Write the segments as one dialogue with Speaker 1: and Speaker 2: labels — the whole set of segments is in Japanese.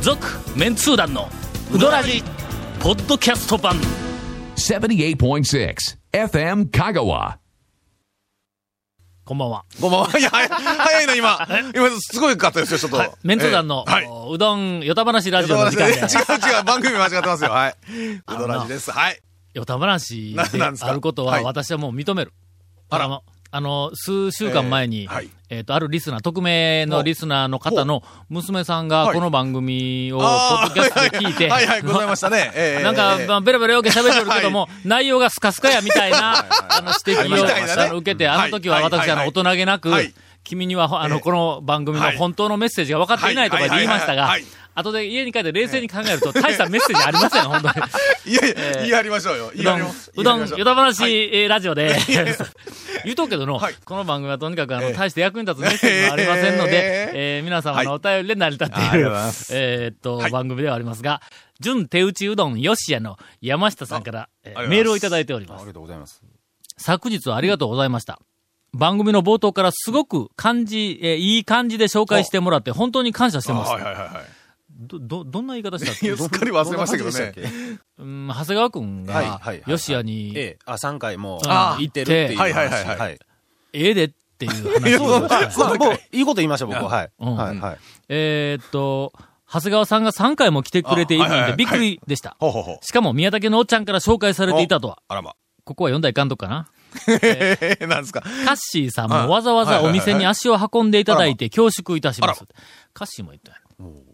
Speaker 1: 続メンツー団のウドラジポッドキャスト版
Speaker 2: 78.6 FM Kagawa.
Speaker 1: こんばんは、
Speaker 3: こんばん は。いや、早い早いな、今。 今、すごいかったですよ、ちょっと。
Speaker 1: はい、メンツー団の、
Speaker 3: ええはい。
Speaker 1: おうどんよた話ラジオの時間
Speaker 3: 違う
Speaker 1: で
Speaker 3: 違う、番組間違ってますよ。はい。うどらじです。はい。
Speaker 1: よた話
Speaker 3: ななんで
Speaker 1: です
Speaker 3: か
Speaker 1: あることは
Speaker 3: はい
Speaker 1: 私はもう認める、
Speaker 3: あら
Speaker 1: あのあの数週間前に、え
Speaker 3: えーはい
Speaker 1: っとあるリスナー匿名のリスナーの方の娘さんが
Speaker 3: はい
Speaker 1: この番組をポッドキャストで聞いて、
Speaker 3: はいはい、ございました ね。ええ
Speaker 1: なんか、
Speaker 3: ええ
Speaker 1: まあ、ベラベラよけ喋ってるけども、内容がスカスカやみたいな、あの、指摘
Speaker 3: あり
Speaker 1: を、
Speaker 3: ましたね
Speaker 1: あの受けて、あの時は
Speaker 3: はい
Speaker 1: 私、
Speaker 3: はい
Speaker 1: あの、
Speaker 3: はい
Speaker 1: 大人げなく
Speaker 3: はい、
Speaker 1: 君にはほ、あの、
Speaker 3: ええ
Speaker 1: この番組の
Speaker 3: はい
Speaker 1: 本当のメッセージが分かっていないとか言いましたが
Speaker 3: はいはいはいはいはい、
Speaker 1: 後で家に帰って冷静に考えると、大したメッセージありません、本当に。
Speaker 3: いやいや、言い張りましょうよ。言
Speaker 1: う
Speaker 3: い張
Speaker 1: ど
Speaker 3: りま
Speaker 1: ん
Speaker 3: し、ょ
Speaker 1: うどん、
Speaker 3: 言い張りましょ
Speaker 1: ヨタ話、えーラジオで、 言うとくけどの、
Speaker 3: はい
Speaker 1: この番組はとにかくあの、
Speaker 3: ええ
Speaker 1: 大して役に立つメッセージもありませんので、
Speaker 3: え
Speaker 1: えー皆様のお便りで成り立っている、
Speaker 3: ありがとうございます
Speaker 1: えーっと、
Speaker 3: はい
Speaker 1: 番組ではありますが、純手打ちうどんよしやの山下さんから、えー
Speaker 3: ありがとうございます
Speaker 1: メールをいただいており
Speaker 3: あ
Speaker 1: ます
Speaker 3: り。がとうございます。
Speaker 1: 昨日はありがとうございました。番組の冒頭からすごく感じ、えーいい感じで紹介してもらって、本当に感謝して
Speaker 3: あ
Speaker 1: ます。
Speaker 3: はいはいはいはい。
Speaker 1: ど、ど、どんな言い方したっ
Speaker 3: い
Speaker 1: け
Speaker 3: や、すっかり忘れましたけど
Speaker 4: どんな
Speaker 3: ね
Speaker 4: 感じで。したっ
Speaker 1: うん長谷川くん
Speaker 4: はいはい
Speaker 1: が
Speaker 4: はい、はい
Speaker 1: よしやに、
Speaker 4: けええ、あ、三回もう、
Speaker 1: あー
Speaker 4: 行ってるっていう話。
Speaker 3: はいはいはいはい
Speaker 1: ええでっていう話
Speaker 4: そう
Speaker 1: を
Speaker 4: ま
Speaker 1: した
Speaker 4: あ、もう、いいこと言いました、僕は。はい。
Speaker 1: うん
Speaker 4: はい、はい。
Speaker 1: えーっと、長谷川さんが3回も来てくれている
Speaker 3: あ
Speaker 1: の
Speaker 3: はい
Speaker 1: で
Speaker 3: はい
Speaker 1: びっくりでした。
Speaker 3: ほうほうほう。
Speaker 1: しかも宮武のおっちゃんから紹介されていたとは。
Speaker 3: あらま。
Speaker 1: ここは読んだらいかんとこかな。
Speaker 3: え え、なんですか。
Speaker 1: カッシーさん
Speaker 3: あ
Speaker 1: もわざわざお店に足を運んでいただいて恐縮いたします。カッシーも言ったよ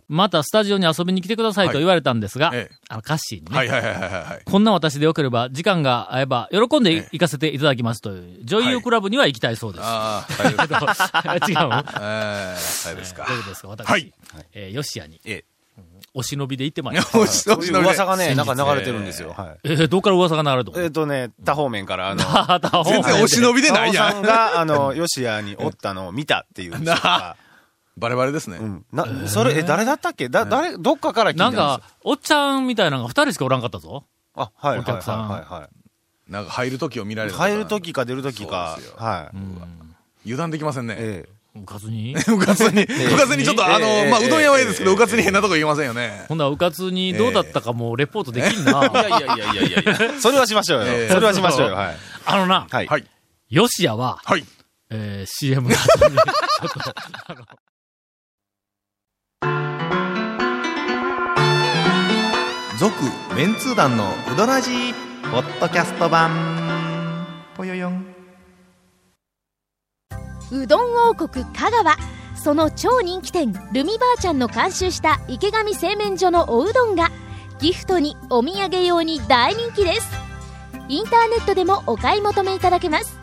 Speaker 1: またスタジオに遊びに来てくださいと言われたんですが
Speaker 3: はいええ、
Speaker 1: あのカッシーにね
Speaker 3: はいはいはいはいはい。
Speaker 1: こんな私でよければ、時間が合えば、喜んで行かせていただきますという、女優クラブには行きたいそうです。
Speaker 3: ああ、大丈夫です。
Speaker 1: 違う の
Speaker 3: ええ、大丈夫ですか
Speaker 1: ど。うですか、私。
Speaker 3: はい
Speaker 1: えー、ヨシアに、
Speaker 3: ええ
Speaker 1: お忍びで行ってまい
Speaker 3: い
Speaker 1: り
Speaker 3: や
Speaker 1: まし、た。
Speaker 3: おしお
Speaker 4: そうい
Speaker 3: し
Speaker 4: う
Speaker 3: のりで
Speaker 4: 噂がね、なんか流れてるんですよ。はい。
Speaker 1: えー、どっから噂が流れると
Speaker 4: え
Speaker 1: 思
Speaker 4: っとね、他方面から、あの、
Speaker 1: う
Speaker 3: 全然お忍びでな
Speaker 4: 他
Speaker 3: い
Speaker 4: 方
Speaker 3: や
Speaker 4: さ
Speaker 3: ん。
Speaker 4: んが、あの、吉谷におったのを見たっていう人が。
Speaker 3: バレバレですね
Speaker 4: う。ん。な、それ、え、誰だったっけだ、誰、どっかから聞いた
Speaker 1: なんん
Speaker 4: ですよ
Speaker 1: か、、おっちゃんみたいなのが二人しかおらんかったぞ。
Speaker 4: あ、はい、
Speaker 1: お客さん
Speaker 4: はい、はいは
Speaker 3: なんか入る時を見られ
Speaker 4: い。
Speaker 3: るから
Speaker 4: 帰る時か出る時か
Speaker 3: そうです、よ
Speaker 4: はい。
Speaker 3: 油断できませんね。
Speaker 4: ええ。
Speaker 1: うかつに
Speaker 3: うかつに、うかつにちょっと、あの、
Speaker 4: ええ
Speaker 3: まあ、うどん屋はいいですけど、
Speaker 4: え
Speaker 3: う
Speaker 4: え
Speaker 3: かつに変なとこ言いませんよね。
Speaker 1: ほんならうかつにどうだったかもうレポートできん な。
Speaker 4: いやいやいやいやいやいや。それはしましょうよ
Speaker 3: ええ。
Speaker 4: それはしましょうよ。はい。
Speaker 1: あのな、
Speaker 4: はい。
Speaker 3: はい。
Speaker 1: ヨシアは、
Speaker 3: はい。
Speaker 1: えー、CM の後に、ちょっと、あの、
Speaker 5: 続メンツー団のウドラジーポッドキャスト版ぽよよん
Speaker 6: うどん王国香川その超人気店ルミばあちゃんの監修した池上製麺所のおうどんがギフトにお土産用に大人気ですインターネットでもお買い求めいただけます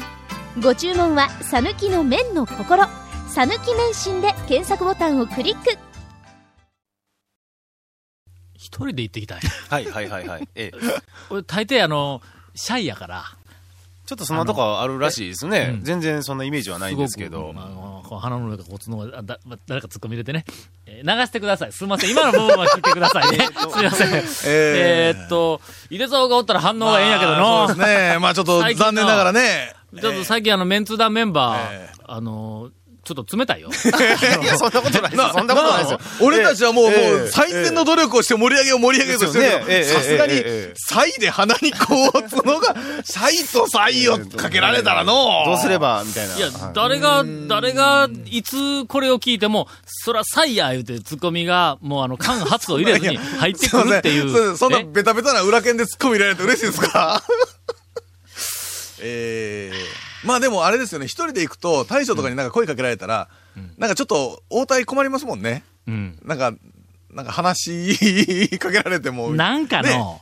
Speaker 6: ご注文は「さぬきの麺の心」「さぬき麺心」で検索ボタンをクリック
Speaker 1: 一人で行ってきたんや。
Speaker 4: はいはいはいはい。ええ。
Speaker 1: 俺、大抵あの、シャイやから、
Speaker 4: ちょっとそんなとこあるらしいです
Speaker 1: あの
Speaker 4: ね
Speaker 1: うん。
Speaker 4: 全然そんなイメージはないんですけど
Speaker 1: ま。ああのこう鼻の上がこうつのが、あだま誰か突っ込み入れてね、えー流してください。すみません。今の部分は聞いてくださいね。すみません。えーっと、井出沢がおったら反応がええんやけど
Speaker 3: まあ
Speaker 1: の
Speaker 3: そう。です ね。まあ、ちょっと
Speaker 1: 最近の
Speaker 3: 残念ながらね。
Speaker 1: ちょっと最近あの、メンツー団メンバー
Speaker 3: え、
Speaker 1: あの、ちょっと冷 たいよ。
Speaker 4: いや、そんなことないですよ。そんなことないですよ。
Speaker 3: 俺たちはもう、も
Speaker 4: ええ
Speaker 3: う、最善の努力をして盛り上げを盛り上げようとしてるけ
Speaker 4: ええ
Speaker 3: ど、さすがに
Speaker 4: ええええ、
Speaker 3: サイで鼻にこう、そ のが、サイとサイをかけられたらの。
Speaker 4: どうすれば、みたいな。
Speaker 1: いや
Speaker 4: は、い
Speaker 1: 誰が、誰が、いつこれを聞いても、そら、サイヤ言うてツッコミが、もうあの、間髪を入れずに入って
Speaker 3: すい
Speaker 1: く
Speaker 3: ま
Speaker 1: る
Speaker 3: せん
Speaker 1: ってい
Speaker 3: そう
Speaker 1: う。
Speaker 3: そんな
Speaker 1: ね
Speaker 3: ベタベタな裏剣で突っ込み入れられて嬉しいです かええまあでもあれですよね、一人で行くと大将とかになんか声かけられたら、なんかちょっと応対困りますもんね。
Speaker 1: うん。
Speaker 3: なんか、なんか話かけられても。
Speaker 1: なんか
Speaker 3: ね
Speaker 1: の、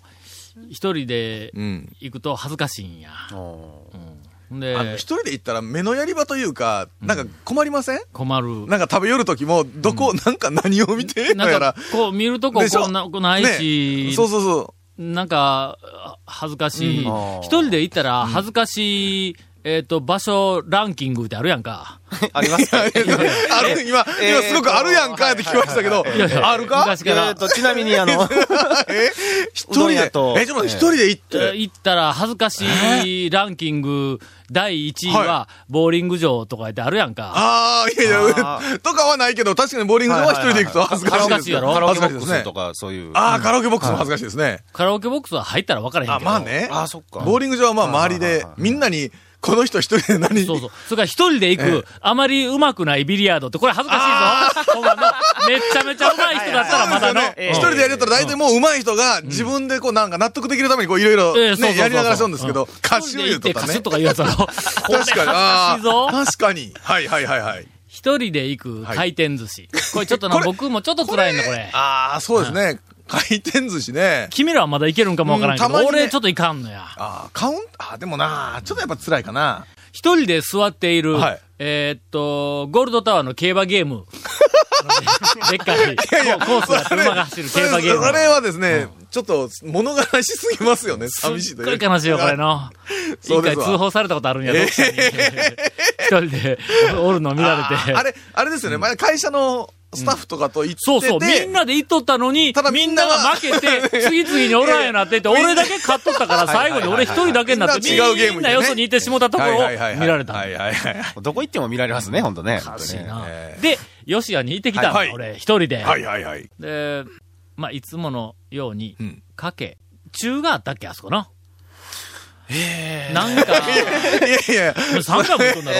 Speaker 1: 一人で
Speaker 3: うん。
Speaker 1: 行くと恥ずかしいんや。
Speaker 4: おー
Speaker 1: うん
Speaker 3: あの
Speaker 1: で
Speaker 3: 一、人で行ったら目のやり場というか、なんか困りません、
Speaker 1: 困る。
Speaker 3: なんか食べ寄る時も、どこ、なんか何を見てだ
Speaker 1: な
Speaker 3: か。、
Speaker 1: んからこう見るとこ
Speaker 3: でしょ
Speaker 1: こんな、こないし、
Speaker 3: そうそうそう。
Speaker 1: なんか、あ恥ずかしい。
Speaker 4: うん
Speaker 1: 一人で行ったら恥ずかしいえっ、と、場所ランキングってあるやんか。
Speaker 4: ありますかあ
Speaker 3: ある、今、今すごくあるやんかって聞きましたけど、 あるか
Speaker 1: 昔から。
Speaker 4: と、ちなみに あの、
Speaker 3: 一
Speaker 4: うど
Speaker 3: 人
Speaker 4: ん
Speaker 3: で、え、
Speaker 4: 屋
Speaker 3: ちょっ
Speaker 4: と
Speaker 3: と待って、一人で行っ
Speaker 1: えー
Speaker 3: て、
Speaker 1: 行ったら恥ずかしいランキング第1位は
Speaker 3: は
Speaker 1: ボーリング場とかってあるやんか。
Speaker 3: ああ、いやいや、とかはないけど、確かにボーリングは一人で 行くと恥ずかしいですよ。
Speaker 1: カ
Speaker 4: カラオケボッ
Speaker 3: 恥ずかしい
Speaker 4: ク
Speaker 3: ですね
Speaker 4: スとかそういう。
Speaker 3: ああ、カラオケボックスも恥ずかしいですね。
Speaker 1: カラオケボックスは入ったら分からへん
Speaker 3: あ、
Speaker 1: けど。
Speaker 3: まあね。
Speaker 4: あそっか
Speaker 3: ボーリング場はまあ周り
Speaker 4: はいはい
Speaker 3: で
Speaker 4: はい、
Speaker 3: みんなに、この人一人で何
Speaker 1: そうそう。それから一人で行く、あまり上手くないビリヤードって、これ恥ずかしいぞ。ほんまのめちゃめちゃ上手い人だったらまだの。
Speaker 3: そう ですよね
Speaker 1: ええ
Speaker 3: 一人でやるやったら大体もう上手い人が自分でこうなんか納得できるためにこういろいろ
Speaker 1: ええそうそうそう
Speaker 3: ね、
Speaker 1: そう
Speaker 3: やりながらしとるんですけど、歌
Speaker 1: 一
Speaker 3: 手
Speaker 1: 人で行
Speaker 3: 言
Speaker 1: っ
Speaker 3: う
Speaker 1: て
Speaker 3: と
Speaker 1: カ
Speaker 3: か
Speaker 1: シ
Speaker 3: ね
Speaker 1: ュッ。とか言うやつだろ。これ恥ず
Speaker 3: 確かに。
Speaker 1: か
Speaker 3: あ
Speaker 1: しいぞ
Speaker 3: あ。ー、確かに。はいはいはいはい。
Speaker 1: 一人で行く回転寿司。これちょっとな、
Speaker 3: これ
Speaker 1: 僕もちょっと辛いんだ、これ。
Speaker 3: ああ、そうですね。回転寿司ね。
Speaker 1: 君らはまだ行けるんかもわからんけ
Speaker 3: うん
Speaker 1: ど、
Speaker 3: たまにね
Speaker 1: 俺ちょっと行かんのや。
Speaker 3: ああ、カウンああ、でもな、ちょっとやっぱ辛いかな。
Speaker 1: 一人で座っている、
Speaker 3: はい
Speaker 1: えーっと、ゴールドタワーの競馬ゲー ム。でっかいコースがあって馬が走る競馬ゲーム。
Speaker 3: あれはですね、ちょっと物悲しすぎますよね。寂し
Speaker 1: す
Speaker 3: い
Speaker 1: っ
Speaker 3: と
Speaker 1: ご
Speaker 3: いう
Speaker 1: い悲しいよ、これの。
Speaker 3: そ
Speaker 1: 一
Speaker 3: う
Speaker 1: 回
Speaker 3: です
Speaker 1: 通
Speaker 3: わ
Speaker 1: 報されたことあるんや、
Speaker 3: え
Speaker 1: 読者
Speaker 3: え
Speaker 1: に。一人でおるの見られて。
Speaker 3: ああれ、あれですよね。前会社のスタッフとかと行ってて、
Speaker 1: そうそう、みんなで行っとったのに、
Speaker 3: ただ
Speaker 1: み
Speaker 3: み
Speaker 1: ん
Speaker 3: ん
Speaker 1: な
Speaker 3: な
Speaker 1: が
Speaker 3: が
Speaker 1: 負 けて、次々におらんようになってって、俺だけ勝っとったから、最後に俺一人だけになって、
Speaker 3: みんな違うゲー
Speaker 1: み
Speaker 3: ムにね
Speaker 1: んなよそに行ってしもたところを
Speaker 3: はいはいはいはい
Speaker 1: 見られた。
Speaker 3: はいはいはい。
Speaker 4: どこ行っても見られますね、ほんとね。
Speaker 1: おかしい
Speaker 4: 本
Speaker 1: な
Speaker 3: え。
Speaker 1: で、吉谷に行ってきたの
Speaker 3: はい、
Speaker 1: 俺、一人で。
Speaker 3: はいはいはい。
Speaker 1: で、まあ、いつものように
Speaker 3: ん、
Speaker 1: かけ、中があったっけ、あそこな。なんか、
Speaker 3: いやいや。
Speaker 1: 3回も行くんだろ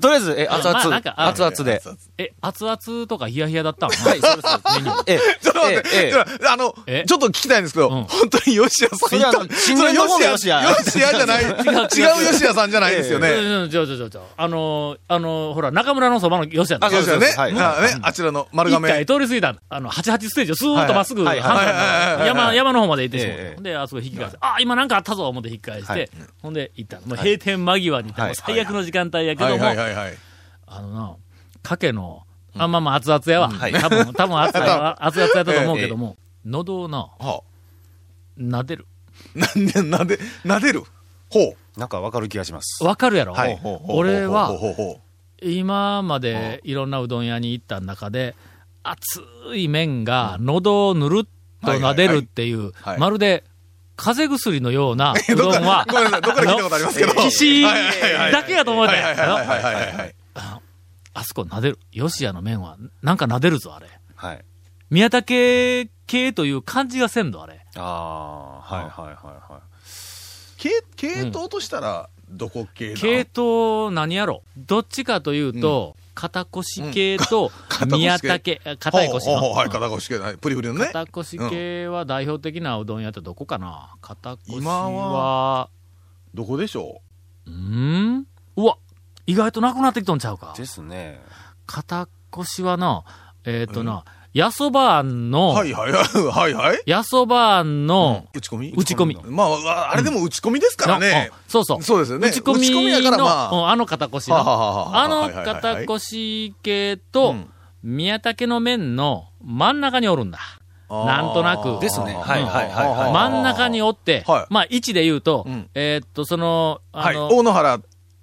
Speaker 4: 当ね。とりあえず、え、
Speaker 1: あ
Speaker 4: 熱
Speaker 1: まあ
Speaker 4: 々。
Speaker 1: なんかあ
Speaker 4: 熱々で。
Speaker 1: え、熱々とかヒヤヒヤだったん
Speaker 4: はい、そうです。
Speaker 1: メニュー
Speaker 4: え、
Speaker 3: ちょっと待って、
Speaker 4: ええ
Speaker 3: ちょっと待ってあの、
Speaker 1: え
Speaker 3: ちょっと聞きたいんですけど、
Speaker 1: うん
Speaker 3: 本当に吉谷さんいた
Speaker 4: それあの新年の
Speaker 3: そ
Speaker 4: 方の
Speaker 3: れ
Speaker 4: ヨ
Speaker 3: 吉谷じゃ ない、違う吉谷さんじゃないですよ
Speaker 1: ち
Speaker 3: ね。
Speaker 1: ょちょちょちょちょ、あのー、あのー、ほら、中村のそばの吉田の。
Speaker 3: あ、そうですよ
Speaker 4: そう
Speaker 3: ね
Speaker 4: で。すはい
Speaker 3: なあね、あちらの丸
Speaker 1: 一
Speaker 3: 亀。
Speaker 1: 回通り過ぎた、あの、88ステージをスーッとまっすぐ、
Speaker 4: はいはい
Speaker 1: 反対の
Speaker 3: はいはいはいはい
Speaker 1: 山、
Speaker 3: はい
Speaker 1: 山の方まで行ってしま
Speaker 4: え
Speaker 1: う。で、あそこ引き返して、あ、今なんかあったぞ、思って引き返し
Speaker 4: はい
Speaker 1: て、ほんで行ったの。もう閉店間際に行った
Speaker 4: は
Speaker 1: もう
Speaker 4: い
Speaker 1: 最悪の時間帯やけ
Speaker 3: は
Speaker 1: ど
Speaker 3: い
Speaker 1: も
Speaker 3: は、いはいはい。
Speaker 1: あのな、かけの、あ、まあまあ熱々やわ。
Speaker 4: はい
Speaker 1: 多分、多分熱々や熱々やったと思うけども、喉をな、
Speaker 3: は
Speaker 1: 撫でる。
Speaker 3: あ、なんで、なで、なでる。ほ
Speaker 4: なんかわかる気がします。
Speaker 1: わかるやろ
Speaker 4: はい
Speaker 1: 俺
Speaker 3: ほう
Speaker 1: は、
Speaker 3: ほうほうほう
Speaker 1: 今までいろんなうどん屋に行った中で、熱い麺が喉をぬるっと撫でるっていう
Speaker 3: は、い
Speaker 1: まるで風邪薬のよう なうどんは
Speaker 3: ごめんなさい、どっかで聞いたことありますけど。
Speaker 1: あの岸
Speaker 3: はいはいはい
Speaker 1: だけやと思って
Speaker 3: はいはいはいはいはいはい。
Speaker 1: あそこ撫でる。吉谷の麺は、なんか撫でるぞ、あれ。
Speaker 4: はい。
Speaker 1: 宮武系という感じがせんど、あれ。
Speaker 4: ああ、はいはいはいはい。
Speaker 3: 系、系統としたら、どこ系な
Speaker 1: 系統何やろどっちかというと、肩腰系と
Speaker 3: か
Speaker 1: 宮
Speaker 3: 肩
Speaker 1: 武、
Speaker 3: 腰
Speaker 1: あ硬い腰の。
Speaker 3: ほうほうほうはい、肩腰系。はいプリプリのね。
Speaker 1: 肩腰系は代表的なうどん屋ってどこかな肩腰
Speaker 3: 今
Speaker 1: は
Speaker 3: は、どこでしょ
Speaker 1: うんうわ、意外となくなってきとんちゃうか。
Speaker 4: ですね。
Speaker 1: 肩腰はな、えっ、とな、やそばんの、
Speaker 3: うはいはいはいはいはい。
Speaker 1: やそばんの、
Speaker 3: 打ち込み
Speaker 1: 打ち込み。
Speaker 3: まあ、あれでも打ち込みですからね
Speaker 1: の。うんそうそう。
Speaker 3: そうですよね。
Speaker 1: 打ち込みの、
Speaker 3: やからま
Speaker 1: うん
Speaker 3: あ。
Speaker 1: あの肩腰
Speaker 3: はは
Speaker 1: の。
Speaker 3: はは
Speaker 1: あの
Speaker 3: はいはい
Speaker 1: 肩
Speaker 3: はい
Speaker 1: 腰系と、
Speaker 3: うん
Speaker 1: 宮武の面の真ん中におるんだ。
Speaker 3: あー
Speaker 1: なんとなく
Speaker 4: ですね。
Speaker 3: あー
Speaker 4: はいはいはい
Speaker 3: あ
Speaker 4: はい。
Speaker 3: ー
Speaker 1: 真ん中におって、
Speaker 3: はい
Speaker 1: まあ位置で言うと、
Speaker 3: うん
Speaker 1: えーっと、その、あ
Speaker 3: はい。
Speaker 1: の、
Speaker 3: 大 野原。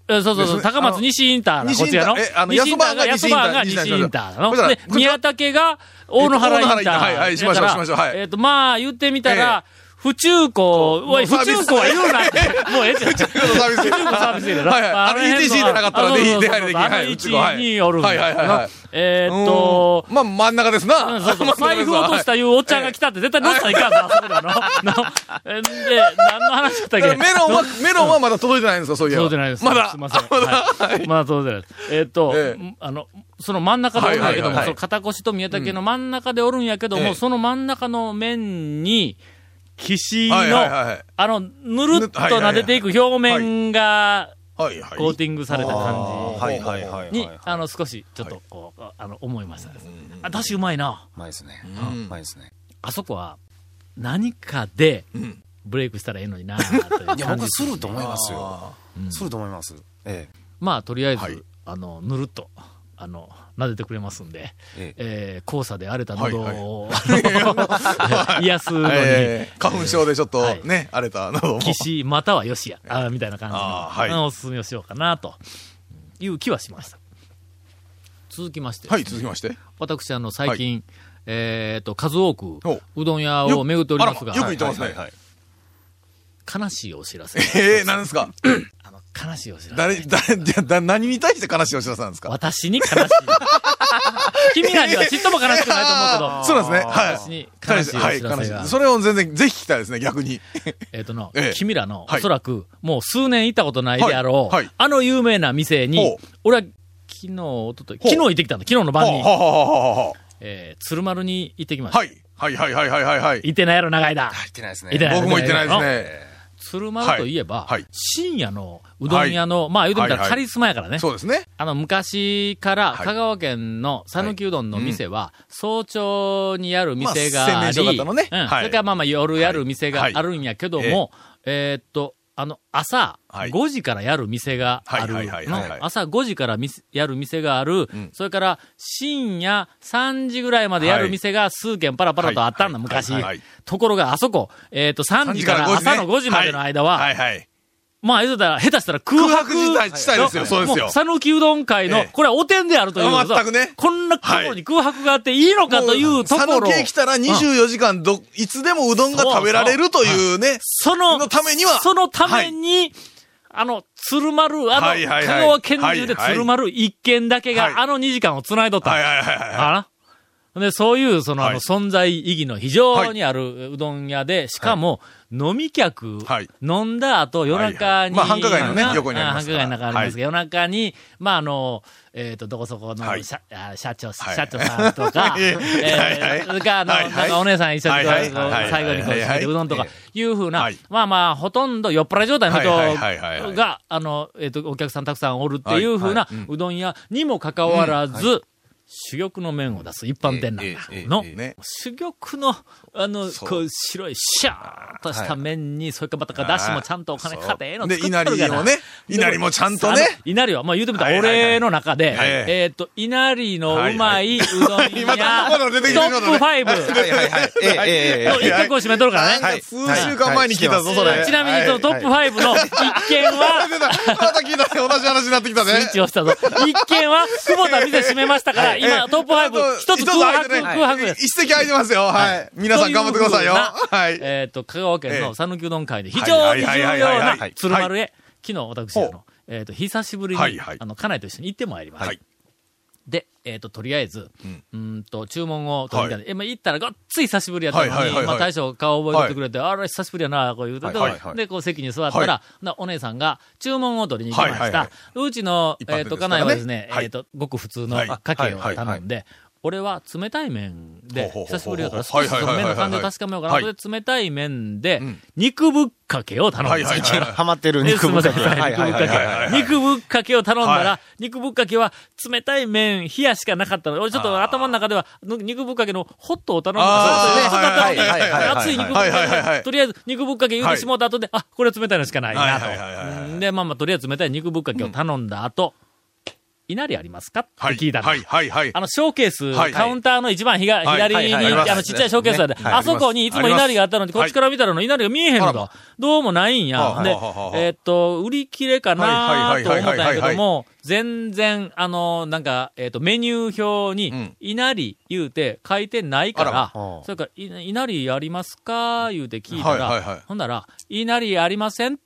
Speaker 1: えそうそう
Speaker 3: です
Speaker 1: そう、
Speaker 3: ね
Speaker 1: 高
Speaker 3: あ
Speaker 1: 松
Speaker 3: の
Speaker 1: 西インターな、
Speaker 3: 西
Speaker 1: こ
Speaker 3: イン
Speaker 1: ち
Speaker 3: ター
Speaker 1: らの。
Speaker 3: えあの
Speaker 1: 西インターが、安番
Speaker 3: 安番
Speaker 1: が
Speaker 3: が
Speaker 1: 西
Speaker 3: 西
Speaker 1: イ
Speaker 3: イ
Speaker 1: ン
Speaker 3: ン
Speaker 1: タ
Speaker 3: タ
Speaker 1: ー
Speaker 3: ー
Speaker 1: なの。
Speaker 3: こちら
Speaker 1: で
Speaker 3: こち、ら
Speaker 1: 宮武が大野原インター。
Speaker 3: 大野原インターはいはいしまし
Speaker 1: だ
Speaker 3: ょう
Speaker 1: から
Speaker 3: しましょうはい
Speaker 1: えっと、まあ、言ってみたら、不中高、おい、不
Speaker 3: サービス
Speaker 1: 中高は言うなって。もうええじゃん。
Speaker 3: サービス
Speaker 1: 中高サービスエリアだろ
Speaker 3: はいはい。あの ETC じゃなかったら
Speaker 1: あの
Speaker 3: ね、出入りでき
Speaker 1: あの
Speaker 3: ない。
Speaker 1: 1、
Speaker 3: はい
Speaker 1: 2おるんだ
Speaker 3: はいはいはいはい。
Speaker 1: え
Speaker 3: う
Speaker 1: ーっ
Speaker 3: ーん
Speaker 1: と、
Speaker 3: まあ真ん中ですな。
Speaker 1: うんそうそ う。
Speaker 3: 真ん中で
Speaker 1: 財
Speaker 3: す
Speaker 1: 布
Speaker 3: わ
Speaker 1: 落としたいうおっちゃんが来たって絶対どっちかいかんぞ、あそこ だの。なえんで、何の話だったっ
Speaker 3: だか
Speaker 1: け
Speaker 3: らメロンは、メロンはまだ届いてないんですか、そういえば。
Speaker 1: 届いてないです。
Speaker 3: まだ。
Speaker 1: すいません。はいまだ届いてないです。えーっと
Speaker 3: ええ、
Speaker 1: あの、その真ん中でおるんやけども、
Speaker 3: はいはいはい
Speaker 1: その肩腰と宮武の真ん中でおるんやけど
Speaker 3: え
Speaker 1: も、
Speaker 3: え
Speaker 1: その真ん中の面に、岸
Speaker 3: はいはいはい
Speaker 1: の、
Speaker 3: はい。
Speaker 1: あの、ぬるっと撫でていく表面が
Speaker 3: はいはい。
Speaker 1: コーティングされた
Speaker 4: あー
Speaker 1: 感
Speaker 4: はいはいはいはい。
Speaker 1: じに、あの、少し、ちょっと、こう、あの、思いましたですね。あ、だしうまいな。
Speaker 4: うまいですね。
Speaker 3: ん
Speaker 4: うまいですね。
Speaker 1: あそこは何かで
Speaker 3: ん
Speaker 1: ブレイクしたらええのになあという感じですね、
Speaker 4: いや、僕はすると思いますよ。すると思います。ええ。
Speaker 1: まあ、とりあえず、
Speaker 3: はい
Speaker 1: あの、ぬるっと、あの、撫でてくれますんで、
Speaker 4: え
Speaker 1: えー、黄砂で荒れた喉
Speaker 3: はいはい
Speaker 1: を、 あの癒すのに、
Speaker 3: えー花粉症でちょっと
Speaker 1: はい
Speaker 3: ね、荒れたなども。
Speaker 1: 岸またはよしや、あーみたいな感じの、
Speaker 3: あーはい
Speaker 1: あのおすすめをしようかなという気はしました。続きまして、
Speaker 3: はい、続きまして。
Speaker 1: 私、あの、最近、えっと、数多く
Speaker 3: ほう、
Speaker 1: うどん屋を巡っておりますが、
Speaker 3: あらよく言ってます
Speaker 4: はい
Speaker 3: ね。
Speaker 4: はい
Speaker 1: 悲しいお知らせ。
Speaker 3: ええ、何ですか
Speaker 1: あの、悲しいお知らせ。
Speaker 3: 誰、誰、じゃあだ何に対して悲しいお知らせなんですか
Speaker 1: 私に悲しい。 君らにはちっとも悲しくないと思うけど、
Speaker 3: そうなんですね。
Speaker 1: 私
Speaker 3: はい。
Speaker 1: に悲しいお
Speaker 3: はい
Speaker 1: 知らせが
Speaker 3: 悲しい。それを全然、ぜひ聞きたいですね、逆に。
Speaker 1: えっ、との、
Speaker 3: ええ
Speaker 1: 君らの、
Speaker 3: はい
Speaker 1: おそらく、もう数年行ったことないであろう、
Speaker 3: はいはい
Speaker 1: あの有名な店
Speaker 3: ほ
Speaker 1: に
Speaker 3: う、
Speaker 1: 俺は昨日、おととい、
Speaker 3: ほう
Speaker 1: 昨日行ってきたの、昨日の
Speaker 3: は
Speaker 1: 晩
Speaker 3: あ
Speaker 1: に
Speaker 3: は、あはあはあは
Speaker 1: えー、鶴丸に行ってきまし
Speaker 3: あ
Speaker 1: た。
Speaker 3: はい。はいはいはいはいはいはい。
Speaker 1: 行ってないやろ、長いだ。
Speaker 4: 入ってないですね。
Speaker 1: 行ってない
Speaker 3: 僕も言ってないですね。
Speaker 1: 鶴丸といえば、
Speaker 3: はいはい
Speaker 1: 深夜のうどん屋の、まあ言うてみた
Speaker 3: はい
Speaker 1: ら
Speaker 3: はい
Speaker 1: カリスマやからね。
Speaker 3: そうですね。
Speaker 1: あの、昔から、
Speaker 3: はい
Speaker 1: 香川県の讃岐うどんの店は、早朝にやる店があり、
Speaker 3: まあ洗面所型のね
Speaker 1: うん
Speaker 3: はい
Speaker 1: それからまあまあ夜やる店があるんやけども、
Speaker 3: はいはい
Speaker 1: えーっと、あの、朝
Speaker 3: はい
Speaker 1: 5時からやる店がある。
Speaker 3: はいはいはいはいはい
Speaker 1: の朝5時からみやる店がある、
Speaker 3: ん
Speaker 1: それから深夜3時ぐらいまでやる店が数軒パラパラとあったんだ、
Speaker 3: はい
Speaker 1: 昔、
Speaker 3: はいはい
Speaker 1: ところが、あそこ、えーっと、3時から
Speaker 3: 3時から5
Speaker 1: 朝
Speaker 3: 時ね
Speaker 1: の5時までの間は、
Speaker 3: はいはい。
Speaker 1: まあ、言うたら、下手したら空
Speaker 3: 空
Speaker 1: 白
Speaker 3: 白地帯地帯ですよそうですよ
Speaker 1: もう讃岐うどん会の、
Speaker 3: ええ
Speaker 1: これはお天であるということ
Speaker 3: 全くね
Speaker 1: こんなところに空白があっていいのかというところ
Speaker 3: 佐野家来たら24時間ど、いつでもうどんが食べられるというね。
Speaker 1: その、
Speaker 3: のためには
Speaker 1: そのために、あの、鶴丸、あの、
Speaker 3: はいはいはい
Speaker 1: 香川県中で
Speaker 3: はいはい
Speaker 1: 鶴丸一軒だけが、
Speaker 3: はい
Speaker 1: あの2時間を繋いどった。
Speaker 3: はいはいはいはい。
Speaker 1: あらで、そういう、その、あ
Speaker 3: は
Speaker 1: の、
Speaker 3: い
Speaker 1: 存在意義の非常にあるうどん屋で、しかも、飲み客、
Speaker 3: はい
Speaker 1: 飲んだ後、夜中に、
Speaker 3: まあ繁華街のね
Speaker 1: まあ
Speaker 3: 横にありますから
Speaker 1: 繁華街の中ありますけど、夜中に、まあ、あの、えっ、と、どこそこの、
Speaker 3: はい
Speaker 1: 社あ社長、
Speaker 3: はい
Speaker 1: 社長さんとか、
Speaker 3: ええ はいは
Speaker 1: え
Speaker 3: い
Speaker 1: ーそれから、あの、
Speaker 3: はいはい
Speaker 1: なんかお姉さん一緒にこう、
Speaker 3: はいはいはい
Speaker 1: 最後にこう、
Speaker 3: はいはい
Speaker 1: 締めてうどんとか、いうふうな、
Speaker 3: はい
Speaker 1: まあまあ、ほとんど酔っ払い状態の人
Speaker 3: はいはいはいはい
Speaker 1: が、あの、えっ、と、お客さんたくさんおるっていうふうな
Speaker 3: はいはいう
Speaker 1: どん屋にもかかわらず、珠玉の麺を出す一般店なんだ。
Speaker 4: ええええええ
Speaker 1: の、
Speaker 3: ね
Speaker 1: 珠玉の、あの、
Speaker 3: そう
Speaker 1: こう、白い、シャーっとした麺に、それからまたか、だしもちゃんとお金かかってええの作
Speaker 3: で、
Speaker 1: っ
Speaker 3: 稲
Speaker 1: とるが
Speaker 3: 荷
Speaker 1: な
Speaker 3: もね、稲荷もちゃんとね。
Speaker 1: あの稲荷は、まあ言うてみた
Speaker 3: は
Speaker 1: ら、
Speaker 3: いはいはい
Speaker 1: 俺の中で、
Speaker 3: はい
Speaker 1: えーっと、稲荷のうまいうど ん
Speaker 3: ま
Speaker 1: 屋、
Speaker 3: たまだ出てき
Speaker 1: ト
Speaker 3: てる
Speaker 1: ッ
Speaker 3: の
Speaker 1: プ
Speaker 3: ね
Speaker 1: 5
Speaker 4: はいはいはい。ええええええ
Speaker 1: の一角を占めとるからね。
Speaker 3: なんか数週間前に聞いたぞ、そ
Speaker 1: え
Speaker 3: れ。
Speaker 1: ーちなみにそのトップ5の一件は、
Speaker 3: 出たまた聞いたね。同じ話になってきたね。
Speaker 1: スイッチをしたぞ。一件は、久保田店閉めましたから、今、トップ5、一つ空白、空白です。
Speaker 3: 一席空いてますよ。はい。皆さん頑張ってくださいよ。
Speaker 1: とうふうな
Speaker 3: はい。
Speaker 1: えっと、香川県
Speaker 3: え
Speaker 1: の
Speaker 3: え
Speaker 1: 讃岐うどん会で非常に重要な
Speaker 3: は
Speaker 1: い
Speaker 3: はいはいはいはい
Speaker 1: 鶴丸へ、昨日私、あ
Speaker 3: ほ
Speaker 1: の、えっと、久しぶり
Speaker 3: はい
Speaker 1: に、
Speaker 3: はい
Speaker 1: あの、家内と一緒に行ってまいりまし
Speaker 3: は
Speaker 1: た
Speaker 3: い。
Speaker 1: で、えっと、とりあえず、
Speaker 3: ん
Speaker 1: うーんと、注文を取りに行ったんでえ、まあ行ったらごっつい久しぶりやった
Speaker 3: はい
Speaker 1: の
Speaker 3: はいはいは
Speaker 1: に、
Speaker 3: い
Speaker 1: まあ大将顔覚えててくれて、あれ久しぶりやな、こう言うて
Speaker 4: はいはいは、い
Speaker 1: で、こう席に座ったら
Speaker 3: は、
Speaker 1: なお姉さんが注文を取りに行きま
Speaker 3: は
Speaker 1: し
Speaker 3: いはい
Speaker 1: た
Speaker 3: は。
Speaker 1: うちの、
Speaker 3: 一般
Speaker 1: えっ
Speaker 3: 店で
Speaker 1: と、家
Speaker 3: すからね
Speaker 1: 内はですね、
Speaker 3: はい
Speaker 1: えっと、ごく普通の
Speaker 3: はい
Speaker 1: かけを
Speaker 4: はいはいは
Speaker 1: 頼
Speaker 4: い
Speaker 1: んで、俺は冷たい麺で、
Speaker 3: ほうほうほうほう
Speaker 1: 久しぶりだから少しちょっと麺の感じを確かめようかな。
Speaker 3: はい
Speaker 1: それで冷たい麺で
Speaker 3: ん、
Speaker 1: 肉ぶっかけを頼ん
Speaker 3: はい
Speaker 1: だ
Speaker 3: は
Speaker 1: ん
Speaker 3: い
Speaker 1: ですよ。
Speaker 3: は
Speaker 4: ハマってる
Speaker 1: え
Speaker 4: 肉
Speaker 1: すみ
Speaker 4: ぶ
Speaker 1: ま
Speaker 4: っ
Speaker 1: せん
Speaker 4: かけ。
Speaker 1: 肉
Speaker 4: はい
Speaker 1: ぶ
Speaker 4: は
Speaker 1: っ
Speaker 4: い
Speaker 1: か
Speaker 4: はいはい。
Speaker 1: け。肉ぶっかけを頼んだら
Speaker 3: は、
Speaker 1: 肉ぶっかけは冷たい麺冷やしかなかったの。俺ちょっと頭の中では、の肉ぶっかけのホットを頼んだ
Speaker 3: あ
Speaker 1: ら、
Speaker 3: ー
Speaker 1: ちょっと
Speaker 4: はいはいはいはい
Speaker 1: 熱い肉ぶっ
Speaker 3: はいはいはい
Speaker 1: か
Speaker 3: は
Speaker 1: け。
Speaker 3: い
Speaker 1: とりあえず肉ぶっかけ言うてしもうた後で、あ、これは冷たいのしかないな
Speaker 3: はいはいはいはい
Speaker 1: と。で、まあまあ、とりあえず冷たい肉ぶっかけを頼んだ後、稲荷ありますかって
Speaker 3: はい。
Speaker 1: 聞いたの
Speaker 3: は。いはいはい。
Speaker 1: あの、ショーケース、
Speaker 3: はい
Speaker 1: カウンターの一番ひが、
Speaker 3: はい
Speaker 1: 左に、
Speaker 3: はいはい
Speaker 1: あの、ちっちゃいショーケースがあって、
Speaker 3: ねはい
Speaker 1: あそこにいつも稲荷があったのに、こっちから見たらの稲荷が見えへんのと。どうもないんや。
Speaker 3: はあ
Speaker 1: で
Speaker 3: はあはあは、あ
Speaker 1: えーっと、売り切れかな
Speaker 3: はい
Speaker 1: と思
Speaker 3: は
Speaker 1: っ
Speaker 3: い
Speaker 1: た
Speaker 3: は
Speaker 1: ん
Speaker 3: いはい
Speaker 1: や
Speaker 3: はい
Speaker 1: けども、全然、あの、なんか、えーっと、メニュー表に
Speaker 3: ん、
Speaker 1: 稲荷言うて書いてないか
Speaker 3: あら
Speaker 1: ら、
Speaker 4: はあ
Speaker 1: それから、い稲荷ありますか言うて聞いたら、
Speaker 3: はいはいはい
Speaker 1: ほんなら、稲荷ありませんっ